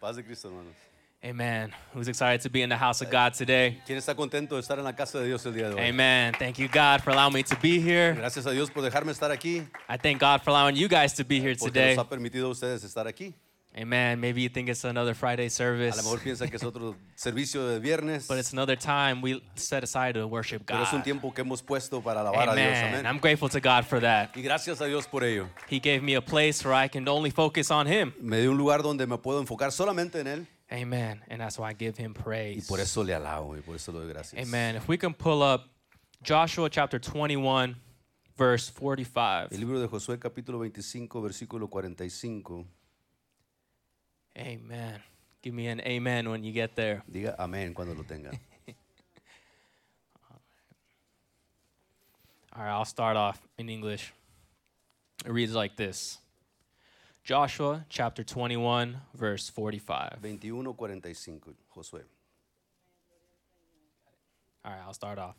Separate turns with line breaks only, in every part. Paz de Cristo, hermanos.
Amen. Who's excited to be in the house of God today?
¿Quién está contento de estar en la casa de Dios el día de hoy?
Amen. Thank you, God, for allowing me to be here.
Gracias a Dios por dejarme estar aquí,
I thank God for allowing you guys to be here
porque
today.
nos ha permitido a ustedes estar aquí.
Amen. Maybe you think it's another
A
Friday
lo
service,
mejor piensa que es otro servicio de viernes,
but it's another time we set aside to worship
pero es un
God.
tiempo que hemos puesto para alabar a Dios.
Amen.
Amén.
I'm grateful to God for that.
Y gracias a Dios por ello.
He gave me a place where I can only focus on Him.
Me dio un lugar donde me puedo enfocar solamente en Él
Amen. And that's why I give Him
y
praise.
por eso le alabo y por eso le doy gracias.
Amen. If we can pull up Joshua chapter 21, verse 45.
El libro de Josué capítulo 25 versículo 45
Amen. Give me an amen when you get there.
diga amén cuando lo tengan.
All right, I'll start off in English. It reads like this Joshua chapter 21, verse 45.
21 45 Josué.
All right, I'll start off.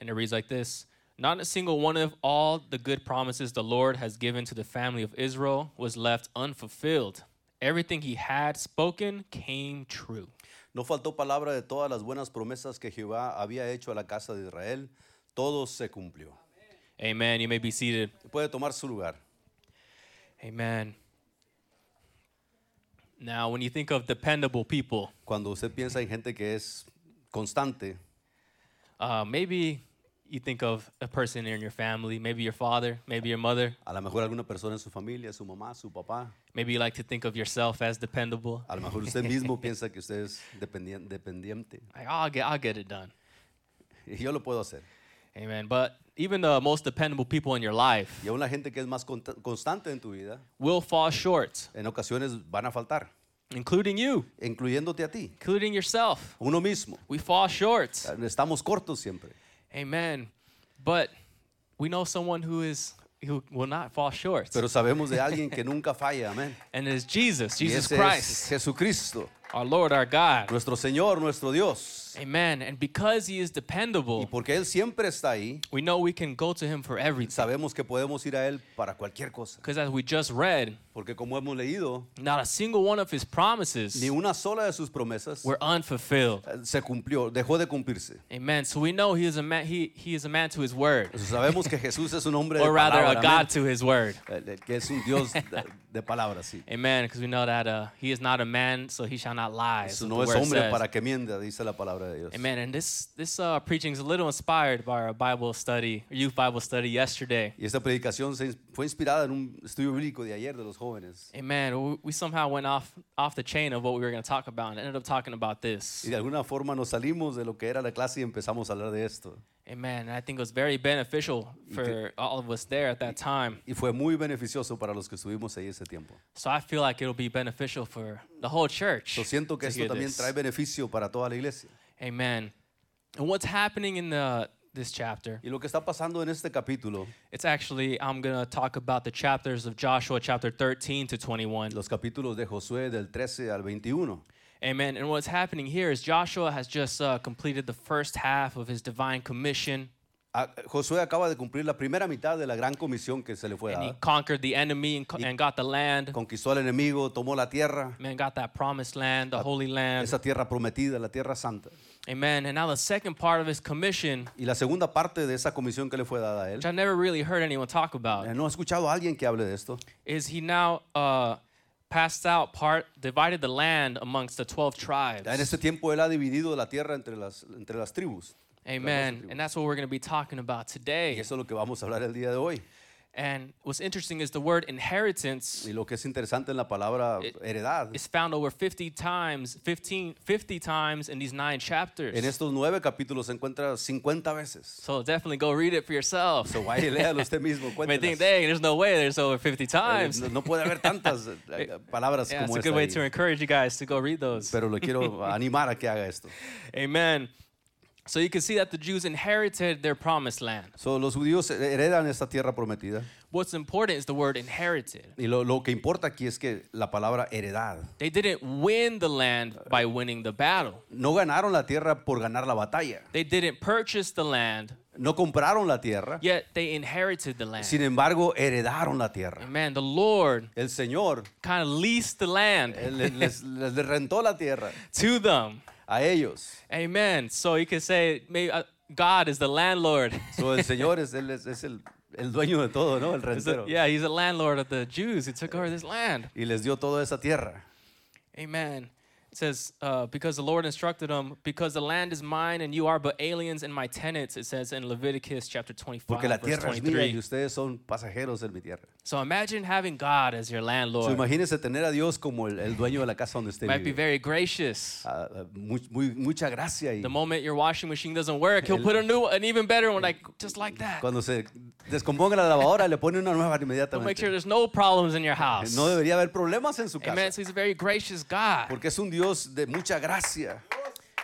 And it reads like this Not a single one of all the good promises the Lord has given to the family of Israel was left unfulfilled. Everything he had spoken came true.
No faltó palabra de todas las buenas promesas que Jehová había hecho a la casa de Israel. Todo se cumplió.
Amen. You may be seated.
Puede tomar su lugar.
Amen. Now, when you think of dependable people,
Cuando usted piensa en gente que es constante,
Uh, maybe you think of a person in your family, maybe your father, maybe your mother.
a lo mejor alguna persona en su familia, su mamá, su papá,
Maybe you like to think of yourself as dependable.
a lo mejor usted mismo piensa que usted es dependien- dependiente.
Like, "Oh, I'll get, I'll get it done.
Y yo lo puedo hacer.
Amen. But even the most dependable people in your life
Y aún la gente que es más conta- constante en tu vida,
will fall short,
en ocasiones van a faltar,
including you,
incluyéndote a ti,
including yourself.
uno mismo.
We fall short.
Estamos cortos siempre.
Amen. But we know someone who is who will not fall short,
Pero sabemos de alguien que nunca falla, amén.
and it is Jesus,
Y
Jesus
ese es
Christ,
Jesucristo.
our Lord, our God.
nuestro Señor, nuestro Dios.
Amen. And because He is
Y
dependable,
porque Él siempre está ahí,
we know we can go to Him for everything.
sabemos que podemos ir a Él para cualquier cosa.
Because as we just read,
Porque como hemos leído,
not a single one of his promises
ni una sola de sus promesas
were unfulfilled.
eh, se cumplió, dejó de cumplirse.
Amen. So we know he is a man. He, he is a man to his word,
Entonces, sabemos que Jesús es un hombre de
or rather, a
palabra,
God to his word.
amén. Eh, que es un Dios de, de palabra, sí.
Amen. Because we know that uh, he is not a man, so he shall not lie. is
Eso
what
no
the
es
word
hombre
says.
para que mienda, dice la palabra de Dios.
Amen. And this this uh, preaching is a little inspired by our Bible study, youth Bible study yesterday.
Y esta predicación se ins- fue inspirada en un estudio bíblico de ayer de los jóvenes.
Amen. We- We somehow went off off the chain of what we were going to talk about and ended up talking about
Y
this.
de alguna forma nos salimos de lo que era la clase y empezamos a hablar de esto.
Amen. And I think it was very beneficial for all of us there at that time.
Y fue muy beneficioso para los que estuvimos ahí ese tiempo.
So I feel like it'll be beneficial for the whole church.
Yo siento que
to
esto
hear
también
this.
trae beneficio para toda la iglesia.
Amen. And what's happening in the this chapter?
Y lo que está pasando en este capítulo,
It's actually I'm gonna talk about the chapters of Joshua chapter 13 to 21.
los capítulos de Josué del 13 al 21.
Amen. And what's happening here is Joshua has just uh, completed the first half of his divine commission,
A- Ah, Josué acaba de cumplir la primera mitad de la gran comisión que se le fue
and he
dada.
conquered the enemy and, co- and got the land.
Conquistó al enemigo, tomó la tierra,
Man got that promised land, the holy land.
Uh, esa tierra prometida, la tierra santa.
Amen. And now the second part of his commission,
Y la segunda parte de esa comisión que le fue dada a él,
which I never really heard anyone talk about.
eh, no he escuchado a alguien que hable de esto.
is he now uh, passed out part divided the land amongst the 12 tribes
En este tiempo él ha dividido la tierra entre las, entre las tribus.
amen and that's what we're going to be talking about
Y
today
eso es lo que vamos a hablar el día de hoy.
and what's interesting is the word inheritance
Y lo que es interesante en la palabra heredad
is found over 50 times 15 50 times in these nine chapters
En estos nueve capítulos se encuentra 50 veces.
so definitely go read it for yourself
So vaya, léalo usted mismo,
you may think
cuéntelas.
dang there's no way there's over 50
Eh,
times
No, no puede haber tantas eh, eh, palabras
yeah, it's
como
a good way
esta
to
ahí.
encourage you guys to go read those
Pero lo quiero animar a que haga esto.
amen so you can see that the jews inherited their promised land
So, los judíos heredan esta tierra prometida.
what's important is the word inherited
Y lo, lo que importa aquí es que la palabra heredad.
They didn't win the land by winning the battle.
No ganaron la tierra por ganar la batalla.
They didn't purchase the land
No compraron la tierra,
Yet they inherited the land.
sin embargo, heredaron la tierra.
And man, the Lord
El Señor
kind of leased the land
eh, le- les, les rentó la tierra
to them.
a ellos.
Amen. So you could say maybe uh, God is the landlord.
So, el Señor es, él es- es el, el dueño de todo, ¿no? El
He's the-
rentero.
yeah, he's the landlord of the Jews. He took over this land.
Y les dio toda esa tierra.
Amen. It says, uh, because the Lord instructed them, because the land is mine and you are but aliens and my tenants, it says in Leviticus chapter 25,
Porque la
verse
tierra es mía y
23.
ustedes son pasajeros en mi tierra.
So imagine having God as your
So,
landlord.
imagínense tener a Dios como el, el dueño de la casa donde usted
Might be
vive.
very gracious.
Ah, ah, muy- muy- mucha gracia y
The moment your washing machine doesn't work, he'll put a new, an even better one, like just like that.
cuando se descomponga la lavadora le pone una nueva
He'll make sure
inmediatamente.
there's no problems in your house.
No debería haber problemas en su
Amen.
casa
So he's a very gracious God.
porque es un Dios de mucha gracia.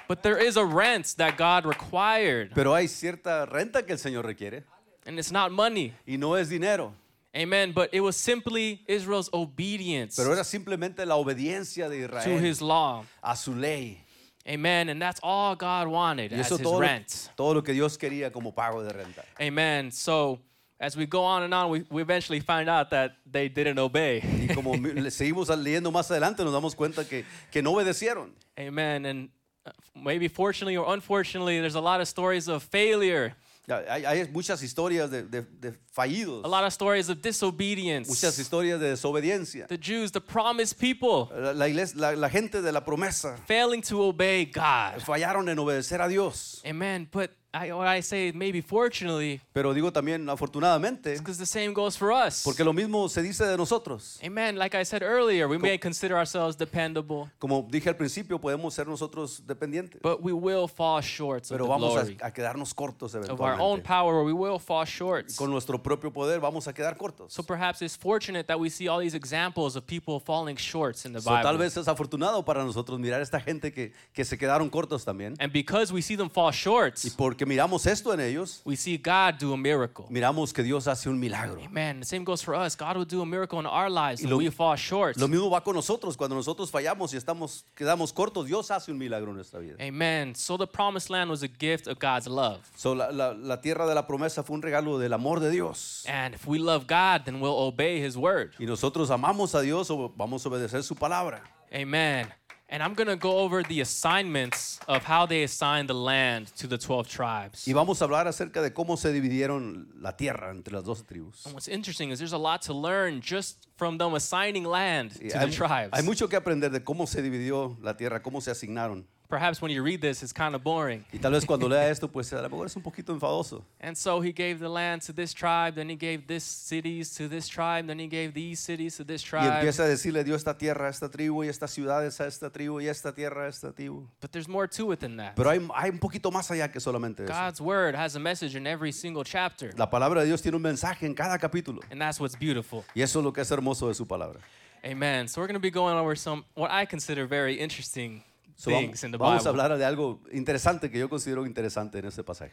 But there is a rent that God required,
Pero hay cierta renta que el Señor requiere
and it's not money.
y no es dinero,
Amen. But it was simply Israel's obedience
pero
to
era simplemente la obediencia de Israel
his law.
a su ley.
Amen. And that's all God wanted
Y
as
eso
his
todo lo,
rent.
todo lo que Dios quería como pago de renta.
Amen. So as we go on and on, we, we eventually find out that they didn't obey.
Y como mi- le- seguimos leyendo más adelante nos damos cuenta que, que no obedecieron.
Amen. And uh, maybe fortunately or unfortunately, there's a lot of stories of failure,
Hay, hay muchas historias de, de- de fallidos,
a lot of stories of disobedience.
muchas historias de desobediencia.
the Jews, the promised people,
La, la iglesia- la- la gente de la promesa
failing to obey God.
fallaron en obedecer a Dios.
Amen. But I, what I say, maybe fortunately,
Pero digo también afortunadamente,
because the same goes for us.
porque lo mismo se dice de nosotros.
Amen. Like I said earlier, we may consider ourselves dependable,
Como dije al principio, podemos ser nosotros dependientes,
but we will fall short of the
pero vamos
glory
a, a quedarnos cortos
of our own
eventualmente.
power, or we will fall short.
Con nuestro propio poder vamos a quedar cortos.
So perhaps it's fortunate that we see all these examples of people falling short in the
So, tal
Bible.
vez es afortunado para nosotros mirar esta gente que, que se quedaron cortos también.
And because we see them fall short,
Y porque miramos esto en ellos,
we see God do a miracle.
miramos que Dios hace un milagro.
Man, the same goes for us. God will do a miracle in our lives when
lo-
we fall short.
Lo mismo va con nosotros. Cuando nosotros fallamos y estamos, quedamos cortos, Dios hace un milagro en nuestra vida.
Amen. So the promised land was a gift of God's love.
So, la, la- la tierra de la promesa fue un regalo del amor de Dios.
And if we love God, then we'll obey his word.
Y nosotros amamos a Dios o vamos a obedecer su palabra.
Amen. And I'm going to go over the assignments of how they assigned the land to the 12 tribes.
Y vamos a hablar acerca de cómo se dividieron la tierra entre las dos tribus.
And what's interesting is there's a lot to learn just from them assigning land
Y
to the
hay,
tribes.
hay mucho que aprender de cómo se dividió la tierra, cómo se asignaron.
Perhaps when you read this, it's kind of boring.
Y tal vez cuando lea esto, pues a lo mejor es un poquito enfadoso.
And so he gave the land to this tribe, then he gave this cities to this tribe, then he gave these cities to this
Y
tribe.
empieza a decirle, dio esta tierra a esta tribu y estas ciudades a esta tribu y esta tierra a esta tribu.
But there's more to it than that.
Pero hay, hay un poquito más allá que solamente eso.
God's word has a message in every single chapter,
La palabra de Dios tiene un mensaje en cada capítulo.
and that's what's beautiful.
Y eso es lo que es hermoso de su palabra.
Amen. So we're going to be going over some what I consider very interesting
So,
things
vamos,
in the
vamos a
Bible.
hablar de algo interesante que yo considero interesante en este pasaje.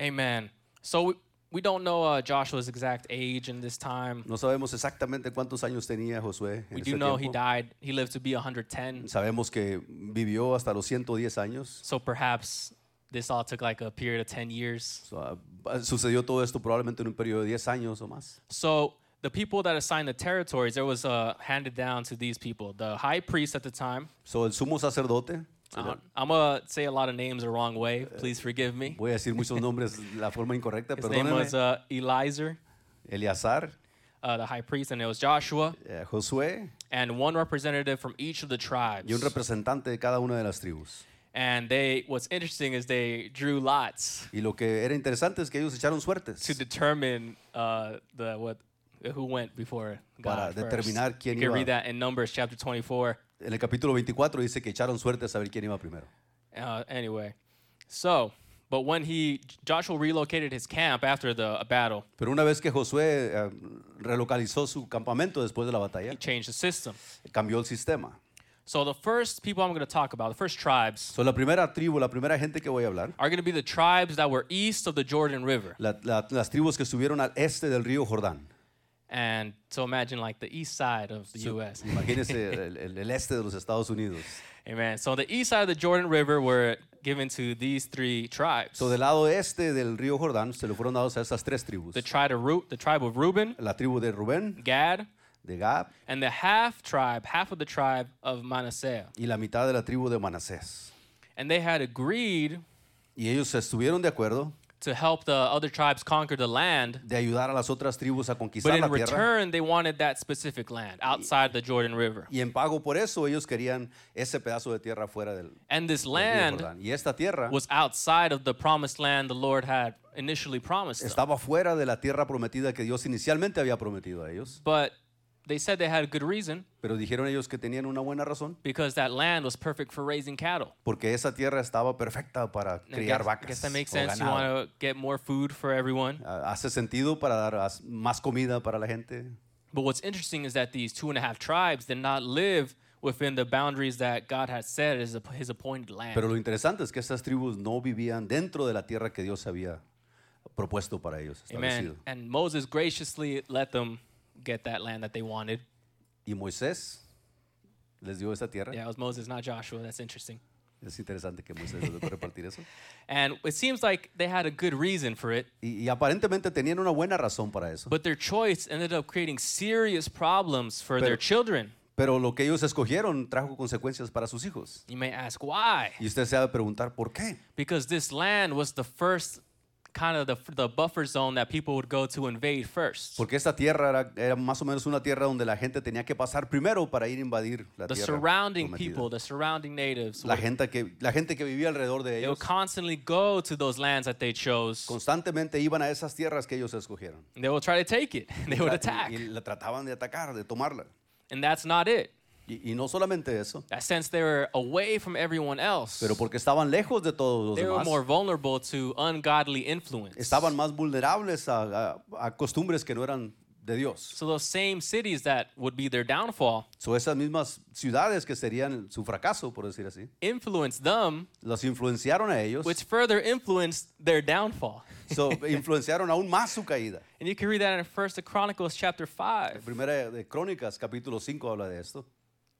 Amen. So we, we don't know uh, Joshua's exact age in this time.
No sabemos exactamente cuántos años tenía Josué. En
We
este
do know he
tiempo.
died. He lived to be 110.
Sabemos que vivió hasta los 110 años.
So perhaps this all took like a period of 10 years.
So, ah, sucedió todo esto probablemente en un periodo de 10 años o más.
So the people that assigned the territories, there was uh, handed down to these people. The high priest at the time.
So, el sumo sacerdote,
I'm, gonna say a lot of names the wrong way.
Uh,
Please forgive me.
voy a decir muchos nombres de la forma incorrecta,
His name was
perdónenme.
uh, Eliezer,
Eleazar,
uh, the high priest, and it was Joshua,
eh, Josué
and one representative from each of the tribes.
y un representante de cada una de las tribus.
And they, what's interesting is they drew lots
Y lo que era interesante es que ellos echaron suertes
to determine uh, the what who went before
Para
God.
determinar
first.
quién
you can
iba.
read that in Numbers chapter 24.
En el capítulo 24 dice que echaron suertes a ver quién iba primero.
Uh, anyway, so but when he Joshua relocated his camp after the battle,
Pero una vez que Josué eh, relocalizó su campamento después de la batalla,
he changed the system.
cambió el sistema.
So the first people I'm going to talk about, the first tribes,
So, la primera tribu, la primera gente que voy a hablar,
are going to be the tribes that were east of the Jordan River.
la- la- las tribus que estuvieron al este del río Jordán.
And so imagine like the east side of the U.S.
Imagínense el, el- el este de los Estados Unidos.
Amen. So on the east side of the Jordan River were given to these three tribes.
So, del lado este del río Jordán se le fueron dados a estas tres tribus.
the tribe of Ru- the tribe of Reuben,
La tribu de Rubén,
Gad,
de Gab
and the half tribe, half of the tribe of Manasseh.
y la mitad de la tribu de Manasés.
And they had agreed
Y ellos estuvieron de acuerdo
to help the other tribes conquer the land,
de ayudar a las otras tribus a
but
conquistar
in
la tierra.
return they wanted that specific land outside the Jordan River.
Y en pago por eso ellos querían ese pedazo de tierra fuera del, del
And this
río
land
Jordán. Y esta tierra
was outside of the promised land the Lord had initially promised them.
estaba fuera de la tierra prometida que Dios inicialmente había prometido a ellos.
But they said they had a good reason
Pero dijeron ellos que tenían una buena razón
because that land was perfect for raising cattle.
porque esa tierra estaba perfecta para
And I
criar
guess-
vacas.
guess that makes
o
sense. You
ganado.
want to get more food for everyone.
Ah, Hace sentido para dar as- más comida para la gente.
But what's interesting is that these two and a half tribes did not live within the boundaries that God had said is a- his appointed land.
Pero lo interesante es que estas tribus no vivían dentro de la tierra que Dios había propuesto para ellos.
Amen.
establecido.
And Moses graciously let them get that land that they wanted.
Y Moisés les dio esa tierra.
Yeah, it was Moses, not Joshua. That's interesting.
Es interesante que Moisés les dejó repartir eso.
And it seems like they had a good reason for it,
Y, y aparentemente tenían una buena razón para eso.
but their choice ended up creating serious problems for
Pero-
their children.
Pero lo que ellos escogieron trajo consecuencias para sus hijos.
You may ask why?
Y usted se ha de preguntar por qué.
Because this land was the first kind of the, the buffer zone that people would go to invade first.
Porque esta tierra era, era más o menos una tierra donde la gente tenía que pasar primero para ir a invadir la
The
tierra.
surrounding
prometida.
people, the surrounding natives,
la
would,
gente, que, la gente que vivía alrededor de
they would
ellos
constantly go to those lands that they chose.
constantemente iban a esas tierras que ellos escogieron.
and They would try to take it. They would
Tra-
attack.
Y, y la trataban de atacar, de tomarla.
And that's not it.
Y, y no solamente eso,
That sense they were away from everyone else.
pero porque estaban lejos de todos los
they were
demás,
more vulnerable to ungodly influence.
estaban más vulnerables a, a- a costumbres que no eran de Dios.
So those same cities that would be their downfall
So esas mismas ciudades que serían su fracaso, por decir así,
influenced them,
los influenciaron a ellos,
which further influenced their downfall.
so, influenciaron aún más su caída.
And you can read that in First Chronicles chapter five.
Primera de Crónicas, capítulo 5, habla de esto.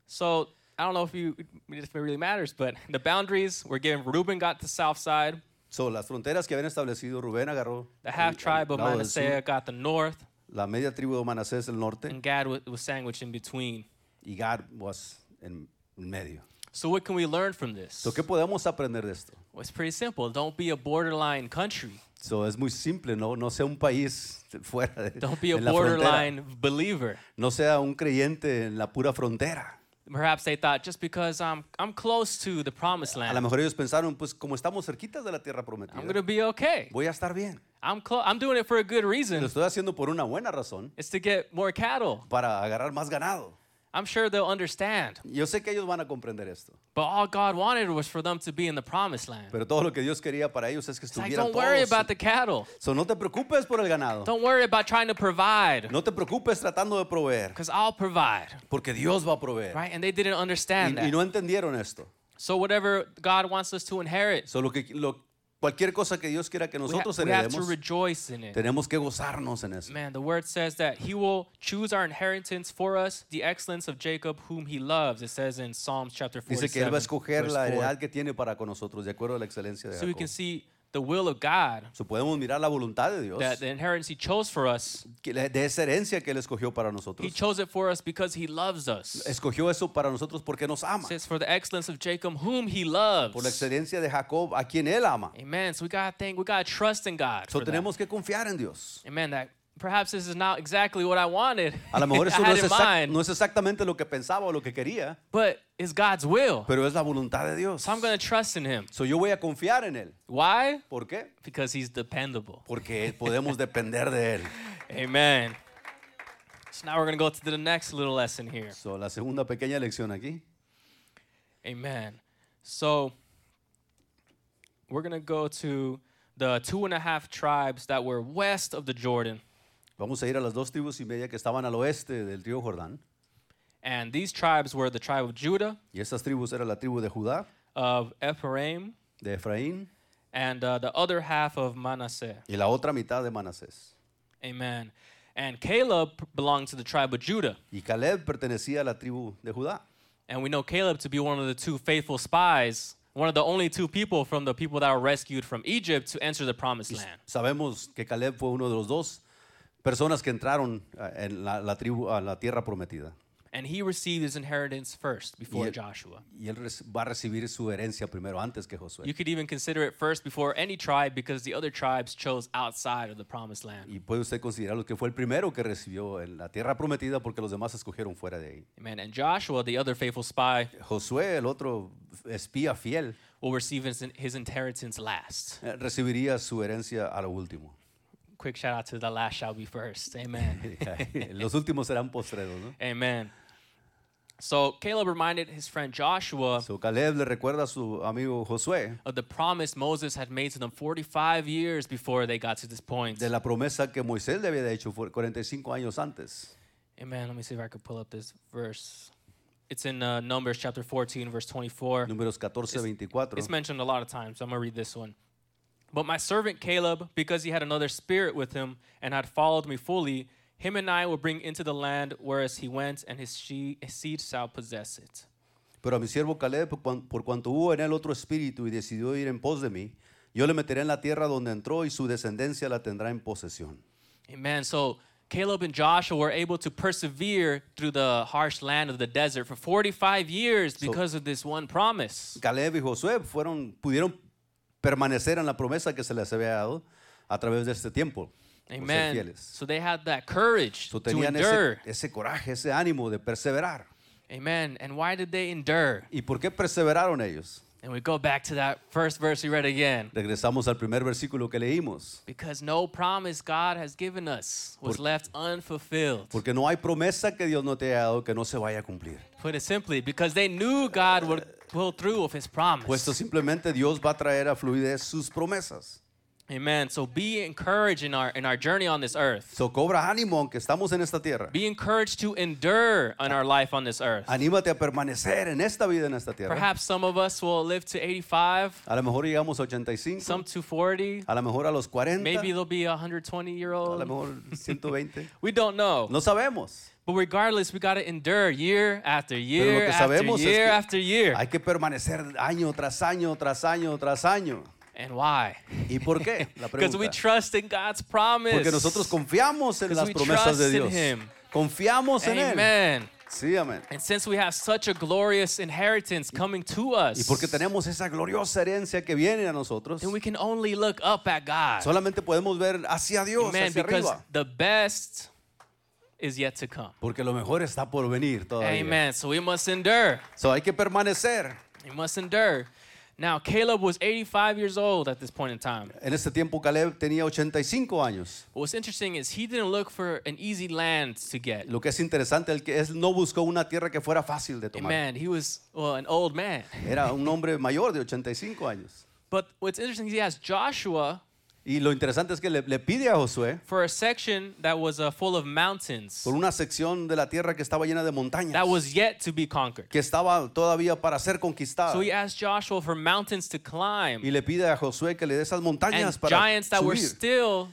So I don't know if you if it really matters, but the boundaries were given. Reuben got the south side.
So, las fronteras que habían establecido, Rubén agarró
The
el-
half tribe
el
of
lado del sur,
Manasseh got the north,
la media tribu de Manasés el norte
and Gad wa- was sandwiched in between.
y Gad was en en medio.
So what can we learn from this?
So, ¿Qué podemos aprender de esto?
Well, it's pretty simple. Don't be a borderline country.
So, es muy simple, no, no sea un país fuera de
Don't be a
en la frontera.
borderline believer.
No sea un creyente en la pura frontera.
Perhaps they thought just because I'm I'm close to the promised
A lo
land,
mejor ellos pensaron, pues como estamos cerquitas de la tierra
I'm
prometida,
gonna be okay.
voy a estar bien.
I'm close. I'm doing it for a good
Lo
reason.
estoy haciendo por una buena razón,
It's to get more cattle.
para agarrar más ganado.
I'm sure they'll understand.
Yo sé que ellos van a comprender esto,
But all God wanted was for them to be in the promised land.
pero todo lo que Dios quería para ellos es que
It's like,
estuvieran
don't worry
todos.
about the cattle.
So, no te preocupes por el ganado.
Don't worry about trying to provide,
No te preocupes tratando de proveer,
because I'll provide,
porque Dios va a proveer.
right? And they didn't understand
Y, y
that.
no entendieron esto.
So whatever God wants us to inherit,
Solo que lo- cualquier cosa que Dios quiera que
we, ha-
nosotros
we have to
heredemos,
rejoice in it.
tenemos que gozarnos en eso.
Man, the word says that He will choose our inheritance for us, the excellence of Jacob, wom He loves. It says in Psalms chapter
Dice que Él
47,
va a escoger
verse
la
4.
heredad que tiene para con nosotros, de acuerdo a la excelencia de
So we can
Jacob.
see the will of God,
So, podemos mirar la voluntad de Dios,
that the inheritance He chose for us.
que la- de esa herencia que Él escogió para
He
nosotros.
chose it for us because He loves us. It
Escogió eso para nosotros porque nos ama,
says for the excellence of Jacob, whom He
por la
loves.
excelencia de Jacob, a quien Él ama.
Amen. So we gotta think, we gotta trust in God.
So,
for that.
tenemos que confiar en Dios.
Amen. That perhaps this is not exactly what I wanted.
A lo mejor
I
eso no
had
es
in
exact-
mind,
no es exactamente lo que pensaba o lo que quería,
but it's God's will.
pero es la voluntad de Dios.
so I'm gonna trust in Him.
So, yo voy a confiar en Él.
Why?
¿Por qué?
Because He's dependable.
Porque podemos depender de Él.
Amen. So now we're gonna go to the next little lesson here.
So, la segunda pequeña lección aquí.
Amen. So we're gonna go to the two and a half tribes that were west of the Jordan.
Vamos a ir a las dos tribus y media que estaban al oeste del río Jordán.
And these tribes were the tribe of Judah,
Y estas tribus eran la tribu de Judá,
of Ephraim,
de Efraín
and uh, the other half of Manasseh.
y la otra mitad de Manasés.
Amen. And Caleb belonged to the tribe of Judah.
Y Caleb pertenecía a la tribu de Judá.
And we know Caleb to be one of the two faithful spies, one of the only two people from the people that were rescued from Egypt to enter the promised land.
Sabemos que Caleb fue uno de los dos personas que entraron ah, en la, la tribu, a la tierra prometida.
And he received his inheritance first before
Yeah.
Joshua.
Y él rec- va a recibir su herencia primero, antes que Josué.
You could even consider it first before any tribe because the other tribes chose outside of the promised land.
Y puede usted considerarlo que fue el primero que recibió en la tierra prometida porque los demás escogieron fuera de ahí.
Amen. And Joshua, the other faithful spy,
Josué, el otro espía fiel,
will receive his, his inheritance last.
eh, recibiría su herencia a lo último.
Quick shout out to the last shall be first. Amen.
los últimos serán postreros, ¿no?
Amen. So Caleb reminded his friend Joshua
So Caleb le recuerda a su amigo Josué
of the promise Moses had made to them 45 years before they got to this point.
de la promesa que Moisés le había hecho fu- 45 años antes.
Amen. Let me see if I could pull up this verse. It's in uh, Numbers chapter 14, verse 24.
Números 14, 24.
It's mentioned a lot of times. I'm going to read this one. But my servant Caleb, because he had another spirit with him and had followed me fully, him and I will bring into the land whereas he went, and his, she- his seed shall possess it.
Pero a mi siervo Caleb, por cuan- por cuanto hubo en él otro espíritu y decidió ir en pos de mí, yo le meteré en la tierra donde entró y su descendencia la tendrá en posesión.
Amen. So Caleb and Joshua were able to persevere through the harsh land of the desert for 45 years because of this one promise.
Caleb y Josué fueron, pudieron permanecer en la promesa que se les había dado a través de este tiempo. por ser
Amen.
fieles.
So they had that courage
So,
to
tenían ese,
endure.
ese coraje, ese ánimo de perseverar.
Amen. And why did they endure?
¿Y por qué perseveraron ellos?
And we go back to that first verse we read again.
Regresamos al primer versículo que leímos.
Because no promise God has given us was left unfulfilled.
Porque no hay promesa que Dios no te haya dado que no se vaya a cumplir.
Put it simply, because they knew God would pull through with his promise.
Puesto simplemente Dios va a traer a fluidez sus promesas.
Amen. So be encouraged in our in our journey on this earth.
So cobra ánimo aunque estamos en esta tierra.
Be encouraged to endure on our life on this earth.
Anímate a permanecer en esta vida, en esta tierra.
Perhaps some of us will live to 85,
A lo mejor llegamos a 85,
some to 40,
a lo mejor a los 40,
maybe
a
there'll be a 120 year
lo
old.
mejor 120.
We don't know.
No sabemos.
But regardless, we got to endure year after year
que
after
sabemos es
year
que-
after year.
Hay que permanecer año tras año, tras año, tras año.
and why?
¿Y por qué? La
Because we
pregunta.
trust in God's promise.
Porque nosotros confiamos en
'Cause
las
we
promesas de
trust in
Dios.
Him.
Confiamos en Él.
Amen.
Sí, amén.
And since we have such a glorious inheritance coming to us,
Y porque tenemos esa gloriosa herencia que viene a nosotros,
then we can only look up at God.
solamente podemos ver hacia Dios,
Amen.
hacia
Because
arriba.
the best is yet to come.
Porque lo mejor está por venir todavía.
Amen. So we must endure.
So, hay que permanecer.
We must endure. Now, Caleb was 85 years old at this point in time.
En este tiempo Caleb tenía 85 años.
What's interesting is he didn't look for an easy land to get.
Lo que es interesante el que es no buscó una tierra que fuera fácil de tomar.
Amen. He was, well, an old man.
Era un hombre mayor de 85 años.
But what's interesting is he asked Joshua
Y lo interesante es que le, le pide a Josué
for a section that was uh, full of mountains
por una sección de la tierra que estaba llena de montañas,
that was yet to be conquered.
que estaba todavía para ser conquistada.
So he asked Joshua for mountains to
y
climb
le pide a Josué que le dé esas montañas
and
para
giants that were
subir.
still,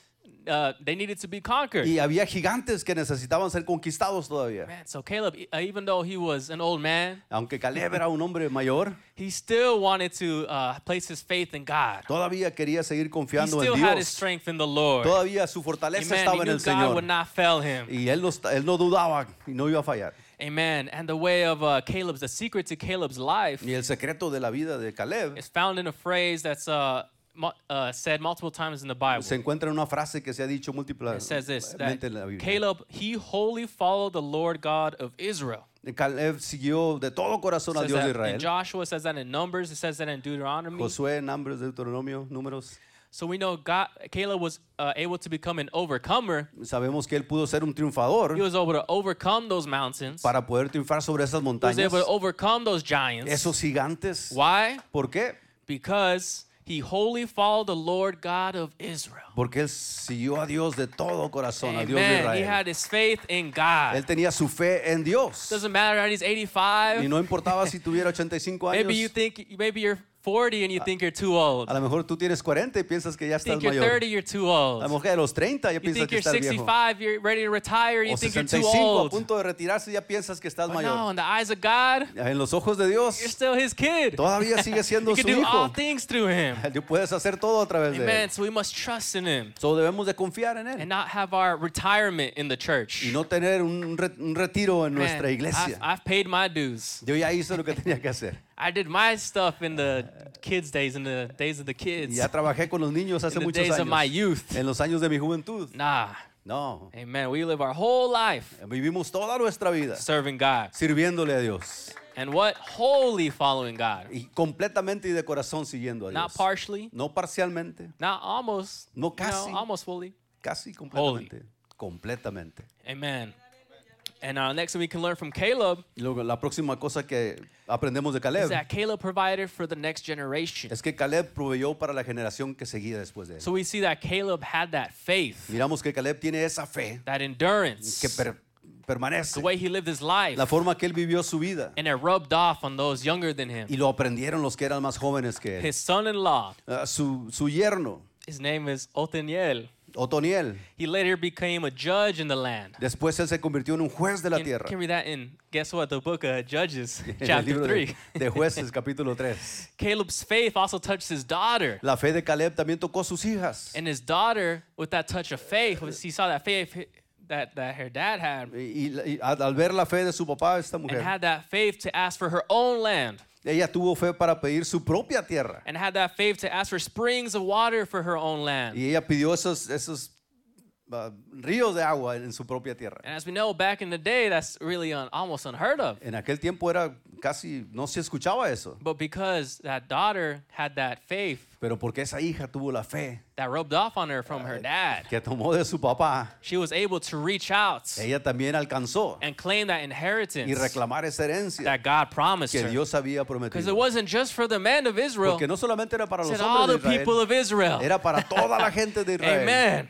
uh, they needed to be conquered.
Y había gigantes que necesitaban ser conquistados todavía.
Man, so Caleb, e- uh, even though he was an old man,
Aunque Caleb era un hombre mayor,
he still wanted to uh, place his faith in God.
todavía quería seguir
He
confiando
still
en
had his
Dios.
strength in the Lord.
Todavía su fortaleza
Amen. He
estaba en
knew
el
God would
Señor.
not fail him.
Y él no, esta- él no dudaba y no iba a fallar.
Amen. And the way of uh, Caleb's, the secret to Caleb's life
Y el secreto de la vida de Caleb
is found in a phrase that's uh, mu- uh, said multiple times in the Bible.
se encuentra en una frase que se ha dicho
It says this that
múltiplemente en la Biblia.
Caleb he wholly followed the Lord God of Israel.
Caleb siguió de todo corazón a
Says
Dios de
that in
Israel.
Joshua it says that in Numbers, it says that in Deuteronomy.
Josué, Nombres, Deuteronomio, Números.
So we know God, Caleb was uh, able to become an overcomer.
Sabemos que él pudo ser un
He
triunfador
was able to overcome those mountains. He
para poder triunfar sobre esas
was
montañas,
able to overcome those giants.
esos gigantes.
Why?
¿Por qué?
Because he wholly followed the Lord God of Israel.
Porque él siguió a Dios de todo corazón, a Dios de
Amen. He
Israel.
had his faith in God.
Él tenía su fe en Dios.
Doesn't matter that he's
Y
85.
no importaba si tuviera 85
Maybe you
años.
think maybe your 40 and you think you're too old.
A lo mejor tú tienes 40 y piensas que ya
You
estás
think you're
mayor.
30, you're too
A lo
old.
mejor a los 30 ya
You
piensas
think
que
you're
estás viejo.
65, you're ready to retire, you
O
think you're too
65 a
old.
punto de retirarse ya piensas que estás
But no,
mayor.
in the eyes of God,
En los ojos de Dios
you're still his kid.
todavía sigue
You
siendo
can
su
do all
hijo.
things through him.
Tú puedes hacer todo a través de
Amen.
él.
So we must trust in him
So debemos de confiar en
and
él
not have our retirement in the church.
y no tener un, re- un retiro en
Man,
nuestra iglesia.
I've, I've paid my dues.
Yo ya hice lo que tenía que hacer.
I did my stuff in the kids' days, in the days of the kids,
Ya trabajé con los niños hace
in the
muchos
days of my
años.
youth.
En los años de mi juventud.
Nah,
No.
amen. We live our whole life
Vivimos toda nuestra vida
serving God.
sirviéndole a Dios
And what? Wholly following God.
y completamente y de corazón siguiendo a
Not
Dios.
partially,
No parcialmente,
not almost,
No
you know,
casi.
almost fully.
casi completamente. Completamente.
Amen. And uh, next thing we can learn from Caleb
Y luego la próxima cosa que aprendemos de
is
Caleb
that Caleb provided for the next generation.
es que Caleb proveyó para la generación que seguía después de él.
So we see that Caleb had that faith,
Miramos que Caleb tiene esa fe
that endurance,
que per- permanece,
the way he lived his life,
la forma que él vivió su vida
and it rubbed off on those younger than him.
y lo aprendieron los que eran más jóvenes que él.
His son-in-law,
Ah, su, su yerno,
his name is Othniel.
Otoniel,
He later became a judge in the land.
después él se convirtió en un juez de la
Can,
tierra.
can read that in guess what the book of Judges,
En el
chapter
libro de,
three.
de jueces, capítulo 3.
Caleb's faith also touched his daughter.
La fe de Caleb también tocó a sus hijas.
And his daughter, with that touch of faith, when she saw that faith that, that her dad had,
Y, y- y al al ver la fe de su papá, esta
and
mujer,
had that faith to ask for her own land,
ella tuvo fe para pedir su propia tierra.
and had that faith to ask for springs of water for her own land.
Y ella pidió esos, esos ah, ríos de agua en su propia tierra.
And as we know, back in the day, that's really un, almost unheard of.
En aquel tiempo era casi, no se escuchaba eso.
But because that daughter had that faith
Pero porque esa hija tuvo la fe
that rubbed off on her from her dad,
que tomó de su papá,
she was able to reach out
ella también alcanzó
and claim that
y
inheritance
reclamar esa herencia
that God promised
que
her.
Dios había
Because it
prometido.
wasn't just for the men of Israel,
Porque no solamente era para
it
los
said all the
hombres de Israel,
people of Israel.
era para toda la gente de Israel.
Amen.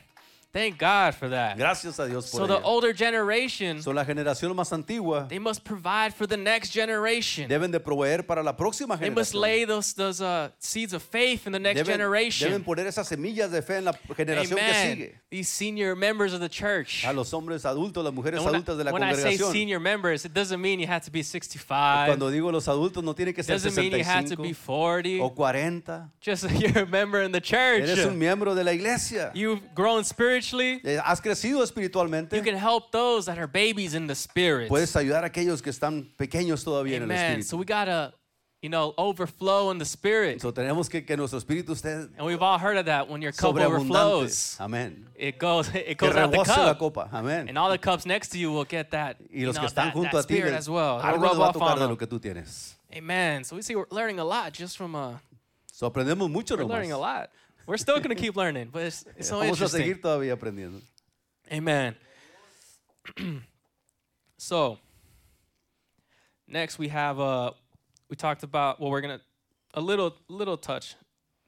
Thank God for that.
Gracias a Dios
So
por
the
ello.
older generation,
So, la generación más antigua
they must provide for the next generation.
deben de proveer para la próxima
They must
generación.
lay those those uh, seeds of faith in the next
Deben, deben
generation.
poner esas semillas de fe en la generación que
Amen.
sigue.
These senior members of the church.
A los hombres adultos, las mujeres
And when I-
adultas de la
when I say
congregación.
senior members, it doesn't mean you have to be 65.
Cuando digo los adultos, no tiene que ser
doesn't mean you have to be
65
40.
o 40.
Just that you're a member in the church.
Eres un miembro de la iglesia.
You've grown spiritually.
Eh, Has crecido
You
espiritualmente.
can help those that are babies in the spirit.
Puedes ayudar a aquellos que están pequeños todavía en el
Amen. So
espíritu.
we gotta, you know, overflow in the spirit.
So, tenemos que que nuestro espíritu esté
And we've all heard of that when your cup
sobreabundante.
overflows,
Amén.
it goes it
Que
goes out the
rebose la
cup.
copa. Amén.
And all the cups next to you will get that,
Y
you
los
know,
que están
that,
junto
that
a ti,
spirit
les-
as well. It'll
algo les
rub
va a
off
tocar
on
de
them.
lo que tú tienes.
Amen. So we see we're learning a lot just from uh
So, aprendemos mucho
we're
nomás.
learning a lot. We're still gonna keep learning, but it's, it's so
Vamos a
interesting.
seguir todavía aprendiendo.
Amen. so next we have uh we talked about well we're gonna a little little touch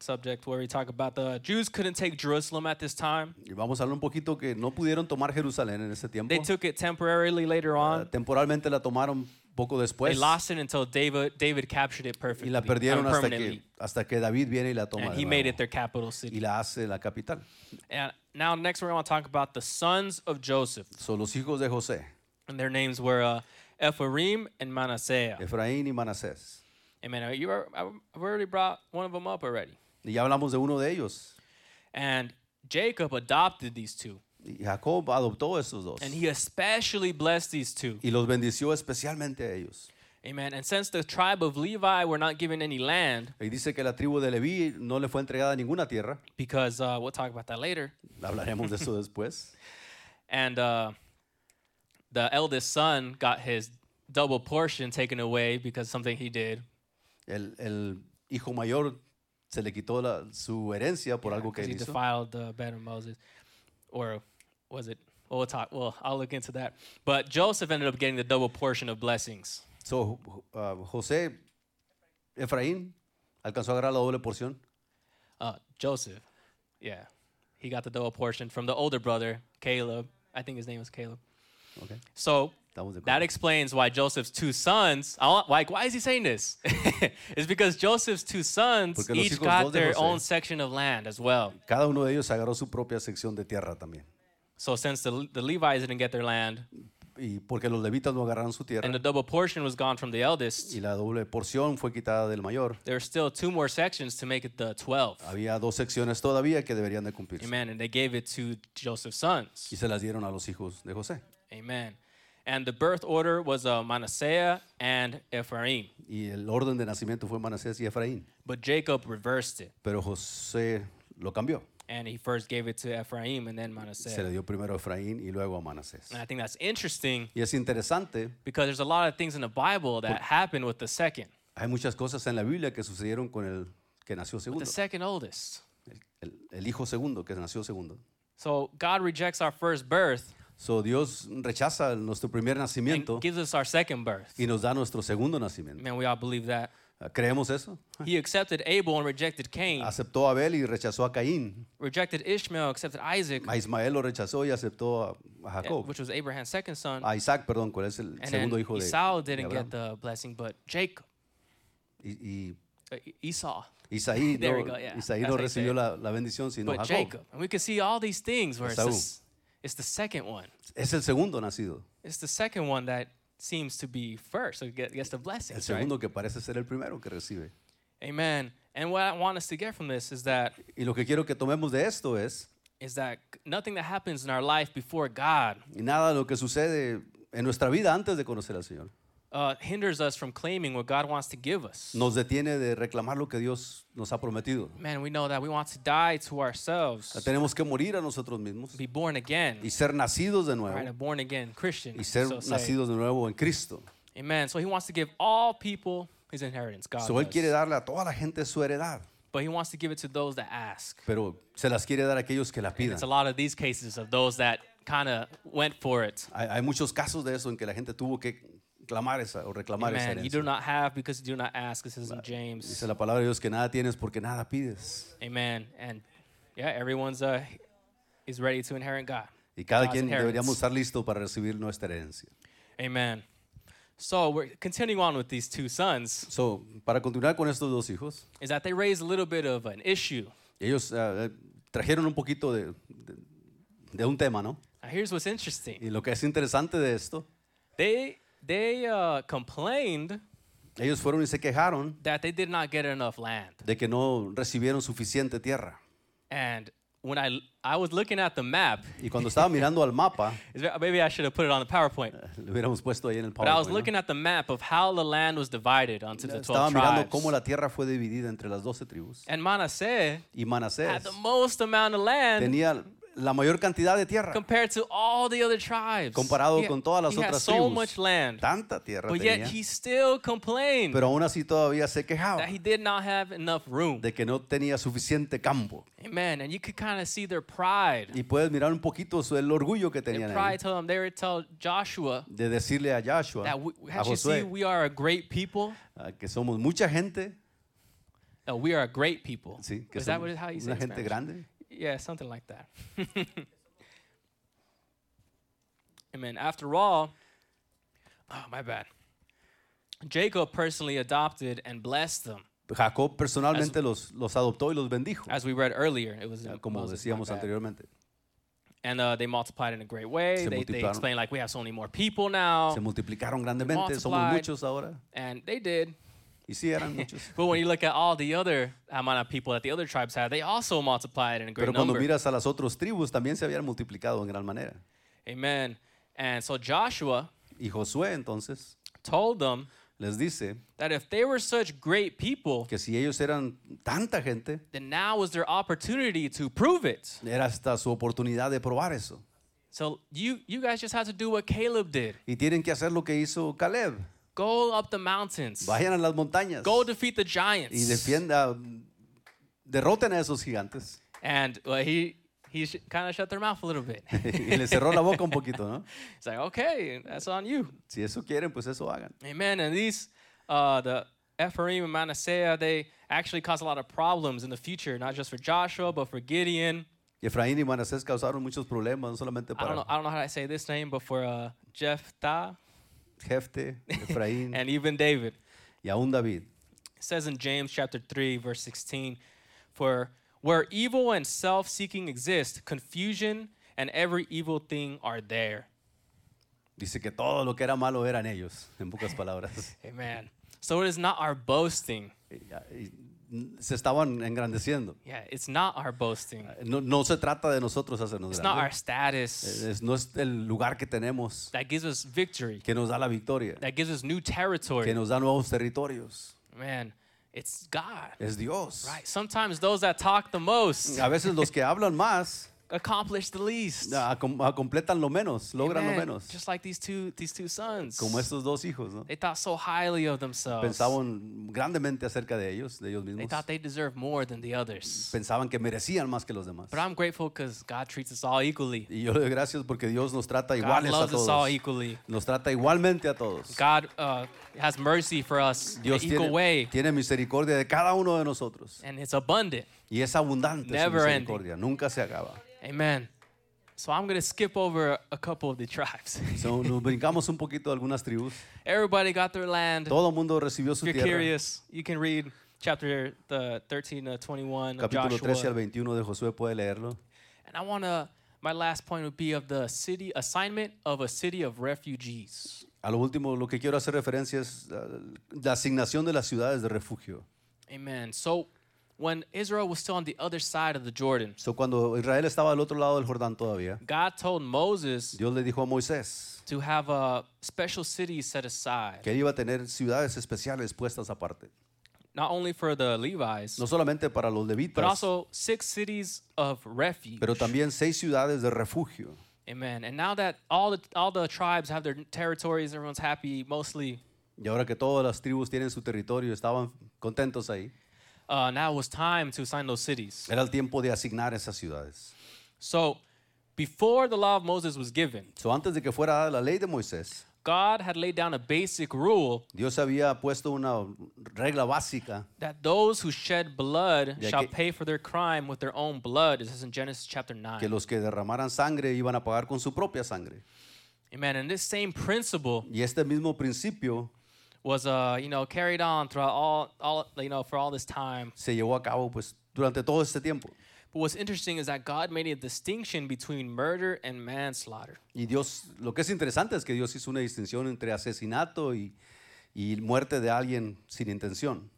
subject where we talk about the Jews couldn't take Jerusalem at this time.
Y vamos a hablar un poquito que no pudieron tomar Jerusalén en ese tiempo.
They took it temporarily later
Ah,
on.
Temporalmente la tomaron poco
They
después
lost it until David David captured it
y
perfectly.
la
I
perdieron
mean,
hasta
permanently.
que, hasta que David viene y la toma.
and
de
he
nuevo,
made it their capital
y
city.
la hace la capital.
And now next we're going to talk about the sons of Joseph.
Son los hijos de José,
And their names were uh, Ephraim and Manasseh.
Efraín y Manasés.
Amen. Uh, You are, I've I've already brought one of them up already.
Y ya hablamos de uno de ellos.
And Jacob adopted these two,
Y Jacob adoptó a esos dos
and he especially blessed these two.
y los bendició especialmente a ellos.
Amen. And since the tribe of Levi were not given any land,
Y dice que la tribu de Leví no le fue entregada ninguna tierra.
because uh, we'll talk about that later,
Hablaremos de eso después.
and uh, the eldest son got his double portion taken away because something he did.
El, el hijo mayor se le quitó la- su herencia por algo que
because
él
he
hizo.
defiled the bed of Moses, or was it? Well, we'll talk. Well, I'll look into that. But Joseph ended up getting the double portion of blessings.
So, uh, José, Efraín, alcanzó a agarrar la doble porción.
Uh, Joseph, yeah, he got the double portion from the older brother Caleb. I think his name was Caleb.
Okay.
So
That was the
That
question.
explains why Joseph's two sons, I want- like, why is he saying this? it's because Joseph's two sons
Porque los
each
hijos
got
dos de
their
José.
own section of land as well.
Cada uno de ellos agarró su propia sección de tierra también.
So since the, the Levites didn't get their land,
Y porque los levitas no agarraron su tierra
and the double portion was gone from the eldest,
y la doble porción fue quitada del mayor,
there were still two more sections to make it the 12.
había dos secciones todavía que deberían de cumplirse.
Amen. And they gave it to Joseph's sons.
Y se las dieron a los hijos de José.
Amen. And the birth order was uh, Manasseh and Ephraim.
Y el orden de nacimiento fue Manasés y Efraín.
But Jacob reversed it.
Pero José lo cambió.
And he first gave it to Ephraim and then
Se le
Manasseh.
dio primero a Efraín y luego a Manasés.
And I think that's interesting
Y es interesante,
because there's a lot of things in the Bible that happen with the second,
hay muchas cosas en la Biblia que sucedieron con el que nació
the
segundo,
second oldest.
el, el- el hijo segundo que nació segundo.
So God rejects our first birth
So Dios rechaza nuestro primer
and
nacimiento
gives us our second birth.
y nos da nuestro segundo nacimiento.
Man, we all believe that.
¿Creemos eso?
He accepted Abel and rejected Cain,
Aceptó a Abel y rechazó a Caín.
rejected Ishmael, accepted Isaac,
A Ismael lo rechazó y aceptó a- a Jacob.
which was Abraham's second son.
A Isaac, perdón, cuál es el
And
segundo
then
hijo de,
Esau
de
didn't
Abraham.
get the blessing, but Jacob,
Y, y
uh, Esau,
Isaí
There we
no,
go, yeah.
Isaí no
That's how you say
recibió
it.
la, la bendición, sino
but
Jacob.
Jacob. And we can see all these things where it's the,
Esaú.
s- it's the second one.
Es el segundo nacido.
It's the second one that seems to be first, so get, gets the blessing.
El segundo que parece ser el primero que recibe.
Amen. And what I want us to get from this is that
Y lo que quiero que tomemos de esto es,
is that nothing that happens in our life before God
nada de lo que sucede en nuestra vida antes de conocer al Señor
uh, hinders us from claiming what God wants to give us.
nos detiene de reclamar lo que Dios nos ha prometido.
Man, we know that we want to die to ourselves,
Tenemos que morir a nosotros mismos
be born again,
y ser nacidos de
right? A
nuevo
born again Christian.
y ser
so say.
nacidos de nuevo en Cristo.
Amen. So he wants to give all people his inheritance, God.
So, él
does.
quiere darle a toda la gente su heredad,
But he wants to give it to those that ask.
pero se las quiere dar a aquellos que la pidan.
It's a lot of these cases of those that kind of went for it.
Hay, hay muchos casos de eso en que la gente tuvo que clamar esa o reclamar esa
Amen. You do
herencia.
not have because you do not ask. This is in James.
Dice la palabra de Dios que nada tienes porque nada pides.
Amen. And yeah, everyone's uh, is ready to inherit God.
Y cada
God's
quien deberíamos
inheritance.
estar listo para recibir nuestra herencia.
Amen. So we're continuing on with these two sons.
So, para continuar con estos dos hijos,
Is that they raised a little bit of an issue.
ellos ah, eh, trajeron un poquito de, de- de un tema, ¿no?
Now here's what's interesting.
Y lo que es interesante de esto,
They they uh, complained
ellos fueron y se quejaron
that they did not get enough land.
de que no recibieron suficiente tierra.
And when I I was looking at the map,
Y cuando estaba mirando al mapa,
Is there- Maybe I should have put it on the PowerPoint.
lo hubiéramos puesto ahí en el
But I
PowerPoint,
was
¿no?
looking at the map of how the land was divided onto the 12
Estaba mirando cómo
tribes.
la tierra fue dividida entre las 12 tribus.
And Manasseh
Y Manasés
had the most amount of land
tenía la mayor cantidad de tierra,
compared to all the other tribes.
Comparado
He-
con todas las
he had
otras
so
tribus.
much land.
tanta tierra
But yet
tenía,
he still complained
pero aún así todavía se quejaba
that he did not have enough room.
de que no tenía suficiente campo.
Amen. And you could kind of see their pride.
Y puedes mirar un poquito su- el orgullo que
Their
tenían ahí,
pride told them, they would tell Joshua
de decirle a Joshua,
that, we,
a
as you see,
Josué,
we are a great people.
ah, que somos mucha gente,
No, we are a great people.
sí, que
Is that
somos
what, how you say
una
it in
gente
Spanish?
grande.
Yeah, something like that. Amen. After all, oh, my bad. Jacob personally adopted and blessed them.
Jacob personalmente los, los adoptó y los bendijo,
As we read earlier, it was in
como
Moses, my
decíamos
bad.
anteriormente.
And uh, they multiplied in a great way.
Se
They, they
multiplicaron.
explained, like, we have so many more people now.
Se multiplicaron grandemente, somos
multiplied.
muchos ahora.
And they did.
Y sí, eran muchos.
But when you look at all the other amount of people that the other tribes had, they also multiplied in a great
Pero cuando
number.
miras a las otras tribus, también se habían multiplicado en gran manera.
Amen. And so Joshua
Y Josué entonces
told them
les dice
that if they were such great people,
que si ellos eran tanta gente,
then now is their opportunity to prove it.
era hasta su oportunidad de probar eso.
So you you guys just have to do what Caleb did.
Y tienen que hacer lo que hizo Caleb.
Go up the mountains.
Vayan a las montañas
Go defeat the
y
giants.
defienda, derroten a esos gigantes.
And well, he he sh- kind of shut their mouth a little bit.
y le cerró la boca un poquito, ¿no?
It's like, okay, that's on you.
Si eso quieren, pues eso hagan.
Amen. And these uh, the Ephraim and Manasseh, they actually caused a lot of problems in the future, not just for Joshua, but for Gideon.
Y Efraín y
Ah,
Manasés causaron muchos problemas, no solamente
I don't know.
para,
I don't know how to say this name, but for uh, Jephthah,
Jefte, Efraín
and even David.
y aún David.
It says in James chapter 3 verse 16, for where evil and self-seeking exist, confusion and every evil thing are there.
Dice que todo lo que era malo eran ellos, en pocas palabras.
Amen. So it is not our boasting.
Y Se estaban engrandeciendo.
Yeah, it's not our boasting.
No, no se trata de nosotros hacernos
It's not our
grandes.
status
Es- no es el lugar que tenemos
that gives us victory,
que nos da la victoria,
that gives us new territory.
que nos da nuevos territorios.
Man, it's God.
Es Dios.
Right. Sometimes those that talk the most
A veces los que hablan más
accomplish the least.
ah, com- ah, completan lo menos, logran lo
Amen.
menos.
Just like these two these two sons.
Como estos dos hijos, ¿no?
They thought so highly of themselves.
Pensaban grandemente acerca de ellos, de ellos
They
mismos.
thought they deserved more than the others.
Pensaban que merecían más que los demás.
But I'm grateful because God treats us all equally.
Y yo le doy gracias porque Dios nos trata
God
iguales a
loves us all
todos.
equally.
Nos trata igualmente a todos.
God uh, has mercy for us in an
Dios
equal way,
tiene, tiene misericordia de cada uno de nosotros.
and it's abundant.
Y es abundante su
Never ending.
misericordia. Nunca se acaba.
Amen. So I'm gonna skip over a couple of the tribes.
So, nos brincamos un poquito de algunas tribus.
Everybody got their land. If
Todo el mundo recibió su
you're
tierra.
curious, you can read chapter the 13 to 21 of
Capítulo 13 al
Joshua.
21 de Josué puede leerlo.
And I wanna. My last point would be of the city assignment of a city of refugees.
A lo último, lo que quiero hacer referencia es uh, la asignación de las ciudades de refugio.
Amen. So when Israel was still on the other side of the Jordan,
So, cuando Israel estaba al otro lado del Jordán todavía,
God told Moses
Dios le dijo a Moisés
to have a special city set aside,
que él iba a tener ciudades especiales puestas aparte.
not only for the Levites,
No solamente para los
but
levitas,
also six cities of refuge.
pero también seis ciudades de refugio.
Amen. And now that all the all the tribes have their territories, everyone's happy mostly.
Y ahora que todas las tribus tienen su territorio, estaban contentos ahí.
Uh, now it was time to assign those cities.
Era el tiempo de asignar esas ciudades.
So before the law of Moses was given,
So, antes de que fuera dada la ley de Moisés,
God had laid down a basic rule
Dios había puesto una regla básica
that those who shed blood
De
shall
aquel-
pay for their crime with their own blood. This is in Genesis chapter 9.
que los que derramaran sangre iban a pagar con su propia sangre.
Amen. And this same principle
Y este mismo principio
was, uh, you know, carried on throughout all, all, you know, for all this time.
se llevó a cabo pues durante todo este tiempo.
But what's interesting is that God made a distinction between murder and manslaughter.
Y Dios, lo que es interesante es que Dios hizo una distinción entre asesinato y, y muerte de alguien sin intención.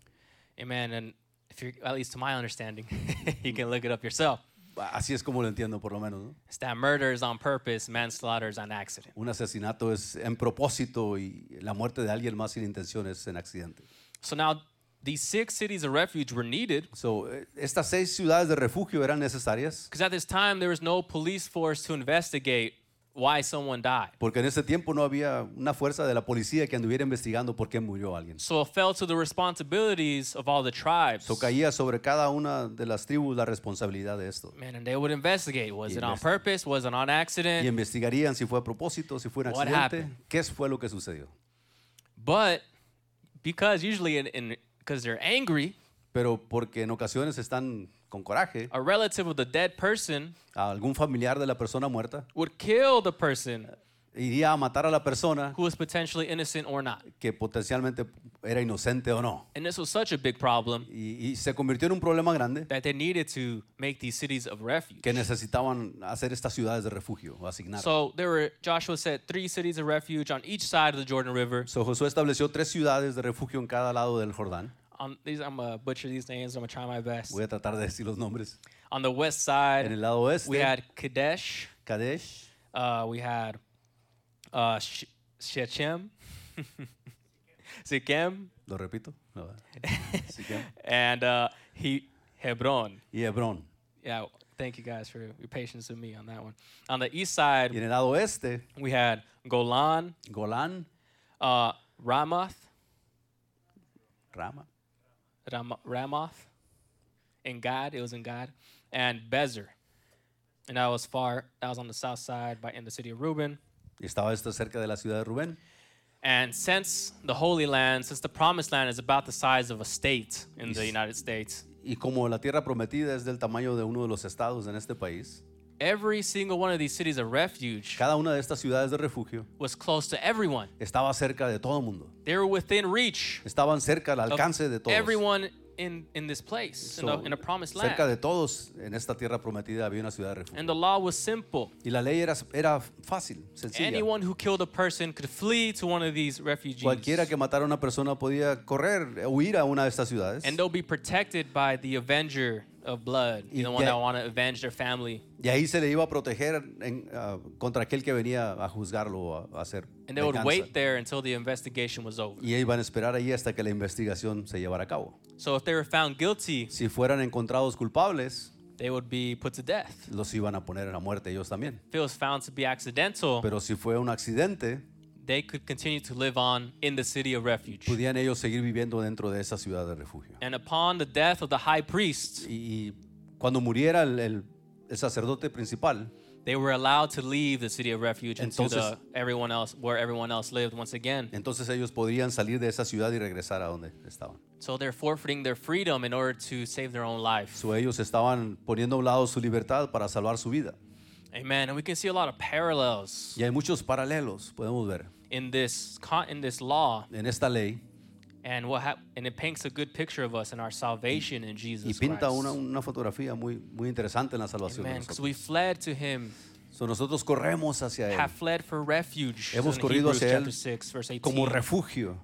Amen. And if you're, at least to my understanding, you can look it up yourself.
Así es como lo entiendo por lo menos. ¿no?
It's that murder is on purpose, manslaughter is on accident.
Un asesinato es en propósito y la muerte de alguien más sin intención es en accidente.
So now these six cities of refuge were needed
So, eh, estas seis ciudades de refugio eran necesarias
because at this time there was no police force to investigate why someone died.
porque en ese tiempo no había una fuerza de la policía que anduviera investigando por qué murió alguien.
So it fell to the responsibilities of all the tribes.
So, caía sobre cada una de las tribus la responsabilidad de esto.
Man, and they would investigate. Was
Y
it on
investi-
purpose? Was it on
Y
accident?
investigarían si fue a propósito, si fue un
What
accidente,
happened?
qué fue lo que sucedió.
But because usually in because they're angry,
Pero porque en ocasiones están con coraje,
a relative of the dead person
a algún familiar de la persona muerta
would kill the person
iría a matar a la persona
who was potentially innocent or not.
que potencialmente era inocente o no.
And this was such a big problem
Y, y se convirtió en un problema grande
that they needed to make these cities of refuge.
que necesitaban hacer estas ciudades de refugio o asignar. So,
So there were Joshua said three cities of refuge on each side of the Jordan River.
Josué estableció tres ciudades de refugio en cada lado del Jordán.
On these, I'm gonna butcher these names. I'm gonna try my best.
Voy a tratar de decir los nombres.
On the west
En el
side,
lado
we
oeste,
had Kadesh.
Kadesh,
Uh, we had uh, Sh- Shechem, Shechem,
lo repito, no, Siquem,
and uh, he Hebron.
y Hebrón.
Yeah, thank you guys for your patience with me on that one. On the east side,
Y en el lado oeste,
we had Golan,
Golán,
uh, Ramoth,
Rama,
Ram- Ramoth, and God. It was in God, and Bezer. And that was far. That was on the south side, by in the city of Reuben.
y estaba esto cerca de la ciudad de Rubén.
And since the Holy Land, since the Promised Land is about the size of a state in the United States,
Y como la tierra prometida es del tamaño de uno de los estados en este país,
Every single one of these cities of refuge
Cada una de estas ciudades de refugio
was close to everyone.
estaba cerca de todo el mundo.
They were within reach
Estaban cerca al
of
alcance de todos.
everyone in, in this place, in,
So,
the, in a promised land.
cerca de todos en esta tierra prometida había una ciudad de refugio.
And the law was simple.
Y la ley era, era fácil, sencilla.
Anyone who killed a person could flee to one of these refugees.
Cualquiera que matara a una persona podía correr, huir a una de estas ciudades.
and they'll be protected by the avenger of blood,
Y
you know, the one
ya-
that want to avenge their family.
Y ahí se le iba a proteger en- ah, contra aquel que venía a juzgarlo o a, a hacer
And they would
venganza.
wait there until the investigation was over.
Y iban a esperar ahí hasta que la investigación se llevara a cabo.
So if they were found guilty,
Si fueran encontrados culpables,
they would be put to death.
los iban a poner a muerte ellos también.
If it was found to be accidental,
Pero si fue un accidente,
they could continue to live on in the city of refuge.
podían ellos seguir viviendo dentro de esa ciudad de refugio.
And upon the death of the high priest,
Y, y cuando muriera el, el- el sacerdote principal,
they were allowed to leave the city of refuge into the
Entonces-
everyone else where everyone else lived once again.
entonces ellos podrían salir de esa ciudad y regresar a donde estaban.
So they're forfeiting their freedom in order to save their own life.
So, ellos estaban poniendo a un lado su libertad para salvar su vida.
Amen. And we can see a lot of parallels
Y hay muchos paralelos, podemos ver,
in this con- in this law,
en esta ley.
and what hap- and it paints a good picture of us and our salvation in
Y
Jesus
pinta una,
Christ.
una fotografía muy, muy interesante en la salvación. de
Amen.
nosotros.
Because we fled to Him,
So, nosotros corremos hacia Él
have fled for refuge.
Hemos
in
corrido
Hebrews
hacia él
chapter six, verse
como
18.
refugio.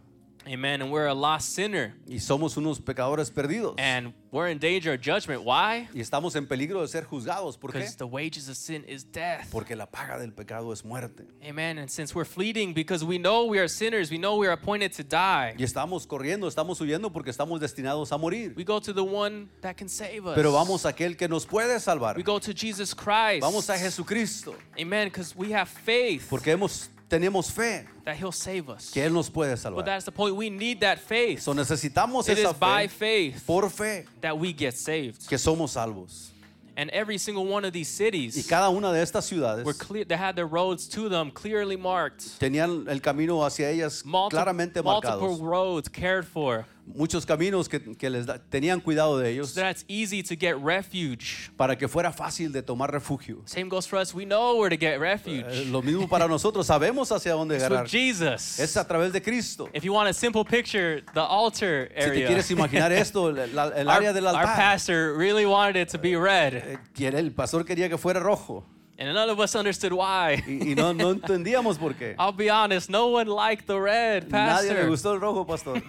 Amen. And we're a lost sinner,
Y somos unos pecadores perdidos.
and we're in danger of judgment. Why?
Y estamos en peligro de ser juzgados. ¿Por qué?
Because the wages of sin is death.
Porque la paga del pecado es muerte.
Amen. And since we're fleeting, because we know we are sinners, we know we are appointed to die.
Y estamos corriendo, estamos huyendo porque estamos destinados a morir.
We go to the one that can save us.
Pero vamos a aquel que nos puede salvar.
We go to Jesus Christ.
Vamos a Jesucristo.
Amen. Because we have faith
Porque hemos, tenemos fe
that He'll save us.
que Él nos puede
But
salvar.
that's the point. We need that faith.
So necesitamos
it is
esa
by
fe,
faith
por fe,
that we get saved.
que somos salvos.
And every single one of these
Y
cities
cada una de estas
were
ciudades
clear. They had their roads to them clearly marked.
tenían el camino hacia ellas
Multi-
claramente
multiple
marcados.
roads cared for.
Muchos caminos que, que les da- tenían cuidado de ellos
So that's easy to get refuge.
para que fuera fácil de tomar refugio.
Same goes for us. We know where to get
Eh,
refuge.
Lo mismo para nosotros, sabemos hacia dónde
It's with
agarrar.
Jesus.
Es a través de Cristo.
If you want a simple picture, the altar
Si te
area.
quieres imaginar esto, la- la- el
our,
área del
our
altar,
pastor really wanted it to be red,
eh, quiere- el pastor quería que fuera rojo
and none of us understood why.
y, y no, no entendíamos por qué.
I'll be honest, no one liked the red,
Nadie le
pastor.
gustó el rojo, pastor.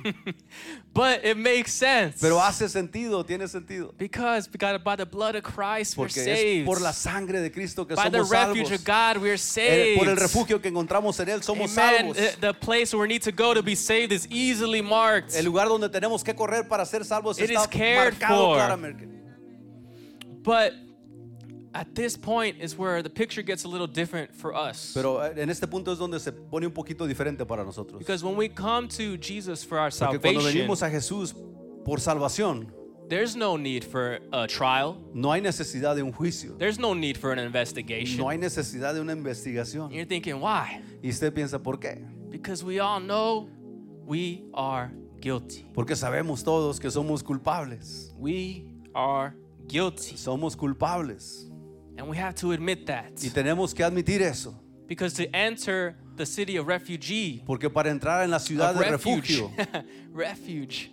But it makes sense.
Pero hace sentido, tiene sentido.
because we got by the blood of Christ we're
Porque es
saved.
por la sangre de Cristo que
by the
somos
refuge
salvos.
of God we're
Eh,
saved.
Por el refugio que encontramos en Él somos
Amen. Eh,
salvos.
The, the place where we need to go to be saved is easily marked.
El lugar donde tenemos que correr para ser salvos
It
está
is cared
marcado
for.
claramente.
But at this point is where the picture gets a little different for us.
Pero eh, en este punto es donde se pone un poquito diferente para nosotros.
because when we come to Jesus for our
Porque cuando
salvation,
venimos a Jesús por salvación,
There's no need for a trial.
no hay necesidad de un juicio.
There's no need for an investigation.
No hay necesidad de una investigación.
You're thinking, why?
Y usted piensa, ¿por qué?
Because we all know we are guilty.
Porque sabemos todos que somos culpables.
We are guilty.
Somos culpables.
And we have to admit that.
Y tenemos que admitir eso.
Because to enter the city of refugee,
Porque para entrar en la ciudad
of
de
refuge,
refugio,
refuge,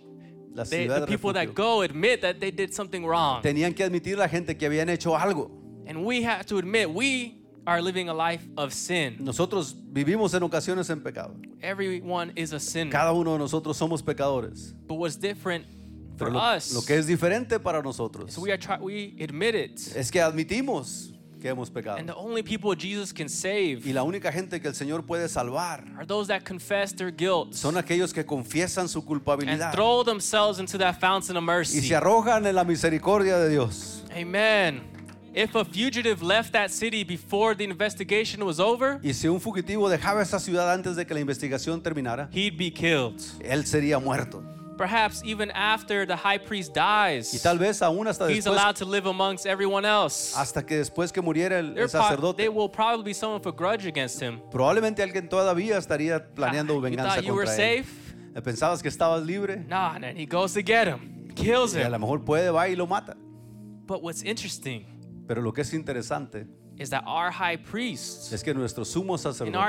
la
they,
ciudad
the
de
people that
refugio,
go admit that they did something wrong.
tenían que admitir la gente que habían hecho algo.
And we have to admit we are living a life of sin.
Nosotros vivimos en ocasiones en pecado.
Everyone is a sinner.
Cada uno de nosotros somos pecadores.
But what's different for
Pero lo,
us
lo que es diferente para nosotros
So we are try- we admit it.
es que admitimos que hemos pecado.
And the only people Jesus can
Y
save
la única gente que el Señor puede salvar
are those that confess their guilt
son aquellos que confiesan su
and
culpabilidad
throw themselves into that fountain of
y
mercy.
se arrojan en la misericordia de Dios.
Amen. If a fugitive left that city before the investigation was over,
Y si un fugitivo dejaba esa ciudad antes de que la investigación terminara,
he'd be killed.
él sería muerto.
Perhaps even after the high priest
Y
dies,
tal vez aún hasta
he's
después,
allowed to live amongst everyone else.
hasta que después que muriera el,
There
el
pro- they
sacerdote,
will probably be someone for grudge against him.
probablemente alguien todavía estaría planeando
Ah, you
venganza
thought you were
contra él. Eh,
safe?
¿Pensabas que estabas libre?
Nah, and then he goes to get him, kills
Y a
him.
lo mejor puede, va y lo mata.
But what's interesting
Pero lo que es interesante
is that our high priest
es que nuestro sumo
in our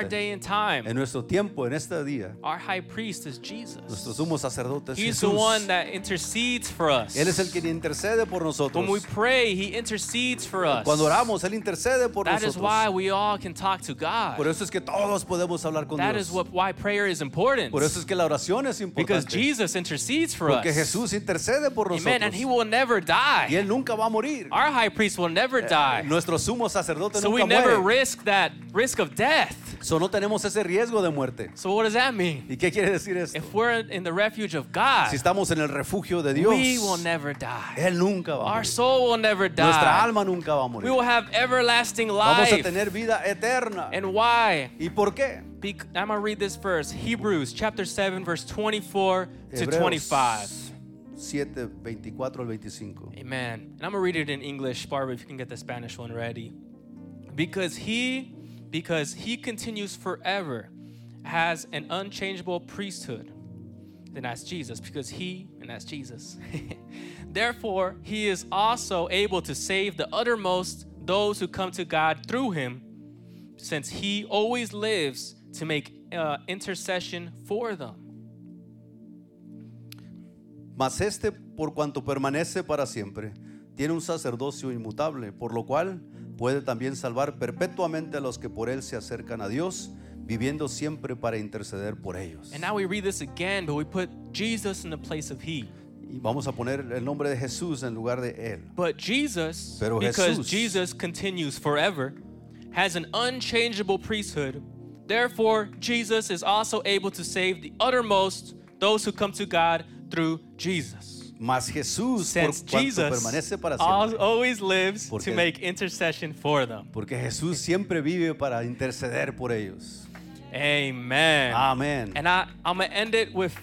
sacerdote,
day and time,
en nuestro tiempo, en este día,
our high priest is
nuestro
Jesus.
sumo sacerdote es
He's the
Jesús.
one that intercedes for us.
Él es el que intercede por nosotros.
When we pray, he intercedes for us.
Cuando oramos, Él intercede por
That is why
nosotros.
we all can talk to
Por
God.
eso es que todos podemos hablar con
That
Dios.
is what why prayer is important.
Por eso es que la oración es
Because
importante.
Jesus intercedes for
Porque
us.
Jesús intercede por
Amen. And he
nosotros.
will never
Y
die.
Él nunca va a morir.
Our high priest will never die.
Nuestro sumo sacerdote
So we
nunca
never
muere.
risk that risk of death.
So no tenemos ese riesgo de muerte.
So what does that mean?
¿Y qué quiere decir esto?
If we're in the refuge of God,
Si estamos en el refugio de Dios,
we will never die.
Él nunca va a
Our
morir.
soul will never
Nuestra
die.
alma nunca va a
We
morir.
will have everlasting
Vamos a
life.
tener vida eterna.
And why?
¿Y por qué?
Bec- I'm gonna read this verse, Hebrews chapter 7, verse 24 to
Hebreos
25.
7, 24 al 25.
Amen. And I'm gonna read it in English, Barbara, if you can get the Spanish one ready. Because he, because he continues forever, has an unchangeable priesthood. Then that's Jesus, because he, and that's Jesus. Therefore, he is also able to save the uttermost those who come to God through him, since he always lives to make uh, intercession for them.
Mas este, por cuanto permanece para siempre, tiene un sacerdocio inmutable, por lo cual puede también salvar perpetuamente a los que por él se acercan a Dios, viviendo siempre para interceder por ellos.
And now we read this again, but we put Jesus in the place of he.
Y vamos a poner el nombre de Jesús en lugar de él.
But Jesus,
Pero
because
Jesús-
Jesus continues forever, has an unchangeable priesthood. Therefore, Jesus is also able to save the uttermost, those who come to God through Jesus.
Mas Jesús,
Since
por cuanto
Jesus
permanece para
al-
siempre,
always lives
Porque-
to make intercession for them.
porque Jesús siempre vive para interceder por ellos.
Amen.
Amén.
And I, I'm going to end it with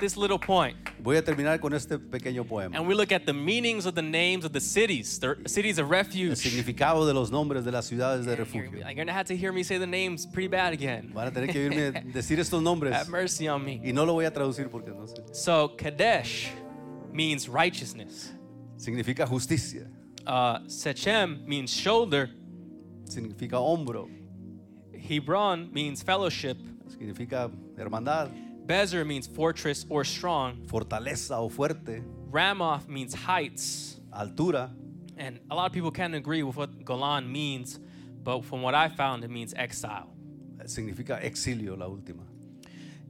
this little point.
Voy a terminar con este pequeño poema.
And we look at the meanings of the names of the cities, the cities of
El
refuge.
significado de los nombres de las ciudades de
And You're
refugio.
you're gonna have to hear me say the names pretty bad again.
Van a tener que oírme decir estos nombres
Have mercy on me.
y no lo voy a traducir porque no sé.
So Kadesh means righteousness.
Significa justicia,
Uh, Sechem means shoulder.
significa hombro,
Hebron means fellowship.
significa hermandad,
Bezer means fortress or strong.
fortaleza o fuerte,
Ramoth means heights.
altura.
And a lot of people can't agree with what Golan means, but from what I found, it means exile.
Significa exilio, la última.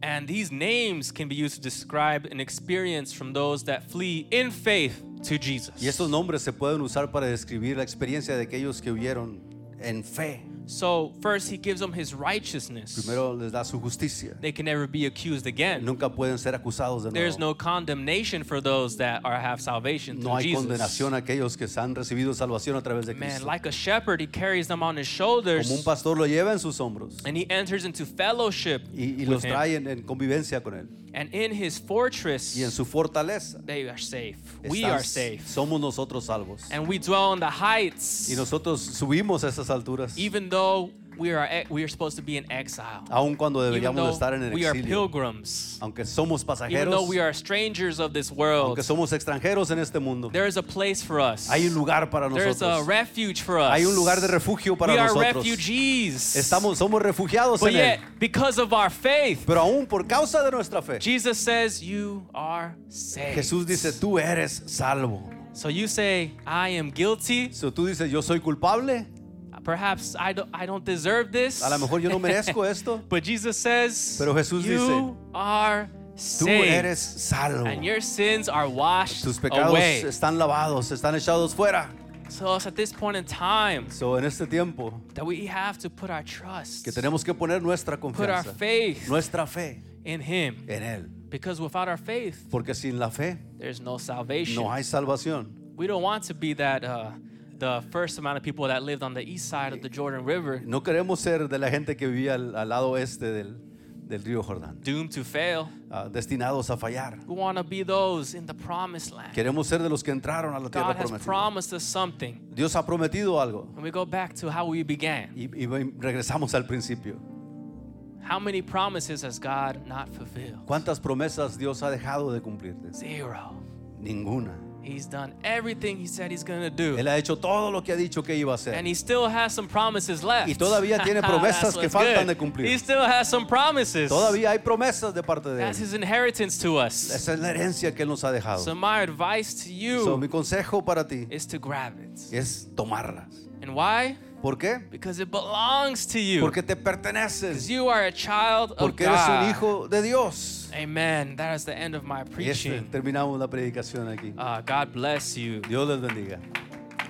And these names can be used to describe an experience from those that flee in faith to Jesus.
Y estos nombres se pueden usar para describir la experiencia de aquellos que huyeron en fe.
So first he gives them his righteousness.
Primero les da su justicia.
They can never be accused again.
Nunca pueden ser acusados de
There's
nuevo.
no condemnation for those that are have salvation
No
through
hay
Jesus.
condenación a aquellos que han recibido salvación a través de
Man,
Cristo.
like a shepherd, he carries them on his
Como un
shoulders
pastor lo lleva en sus hombros
and he enters into fellowship
y, y
with
los
him.
trae en- en convivencia con él.
And in his fortress,
Y en su fortaleza
they are safe. We
están-
are safe.
Somos nosotros salvos.
And we dwell on the heights,
Y nosotros subimos a esas alturas,
even though we are e- we are supposed to be in exile.
aun cuando
even
deberíamos de
though
estar en el
we are
exilio.
pilgrims,
Aunque somos
even though
pasajeros,
we are strangers of this
aunque
world,
somos extranjeros en este mundo,
there is a place for us.
hay un lugar para
There's a
nosotros.
refuge for us.
Hay un lugar de refugio para
we are
nosotros.
refugees.
Estamos, somos refugiados
but
en
yet,
él.
because of our faith,
Pero aún por causa de nuestra fe,
Jesus says, You are saved.
Jesús dice, tú eres salvo.
So you say, I am guilty.
Si tú dices, yo soy culpable,
Perhaps I don't, I don't deserve this.
a lo mejor yo no merezco esto,
But Jesus says,
Pero Jesús
You
dice,
are
tú
saved.
eres salvo.
and your sins are washed
Tus pecados
away.
están lavados, están echados fuera.
So it's at this point in time
So, en este tiempo
that we have to put our trust,
que tenemos que poner nuestra
put our
confianza,
faith
nuestra fe
in Him.
en Él.
Because without our faith,
Porque sin la fe
there's no salvation.
no hay salvación.
We don't want to be that uh, the first amount of people that lived on the east side of the Jordan River,
No queremos ser de la gente que vivía al, al lado este del, del río Jordán,
doomed to fail.
ah, destinados a fallar.
We want to be those in the promised land.
Queremos ser de los que entraron a la tierra
God has
prometida.
promised us something.
Dios ha prometido algo.
And we go back to how we began.
Y, y ve- regresamos al principio.
How many promises has God not fulfilled?
¿Cuántas promesas Dios ha dejado de cumplirte?
Zero.
Ninguna.
He's done everything he said he's going to do.
Él ha hecho todo lo que ha dicho que iba a hacer.
And he still has some promises left. Ah,
Y todavía tiene promesas
That's
que
what's
faltan de
good.
cumplir.
He still has some promises.
Todavía hay promesas de parte de
That's
Él.
his inheritance to us.
Esa es la herencia que Él nos ha dejado.
So my advice to you
So, mi consejo para ti
is to grab it.
es tomarlas.
And why?
¿Por qué?
Because it belongs to you.
Porque te perteneces.
Because you are a child of
Porque eres un
God.
hijo de Dios.
Amen. That is the end of my
Y este,
preaching. Ah.
terminamos la predicación aquí.
Uh, God bless you.
Dios les bendiga.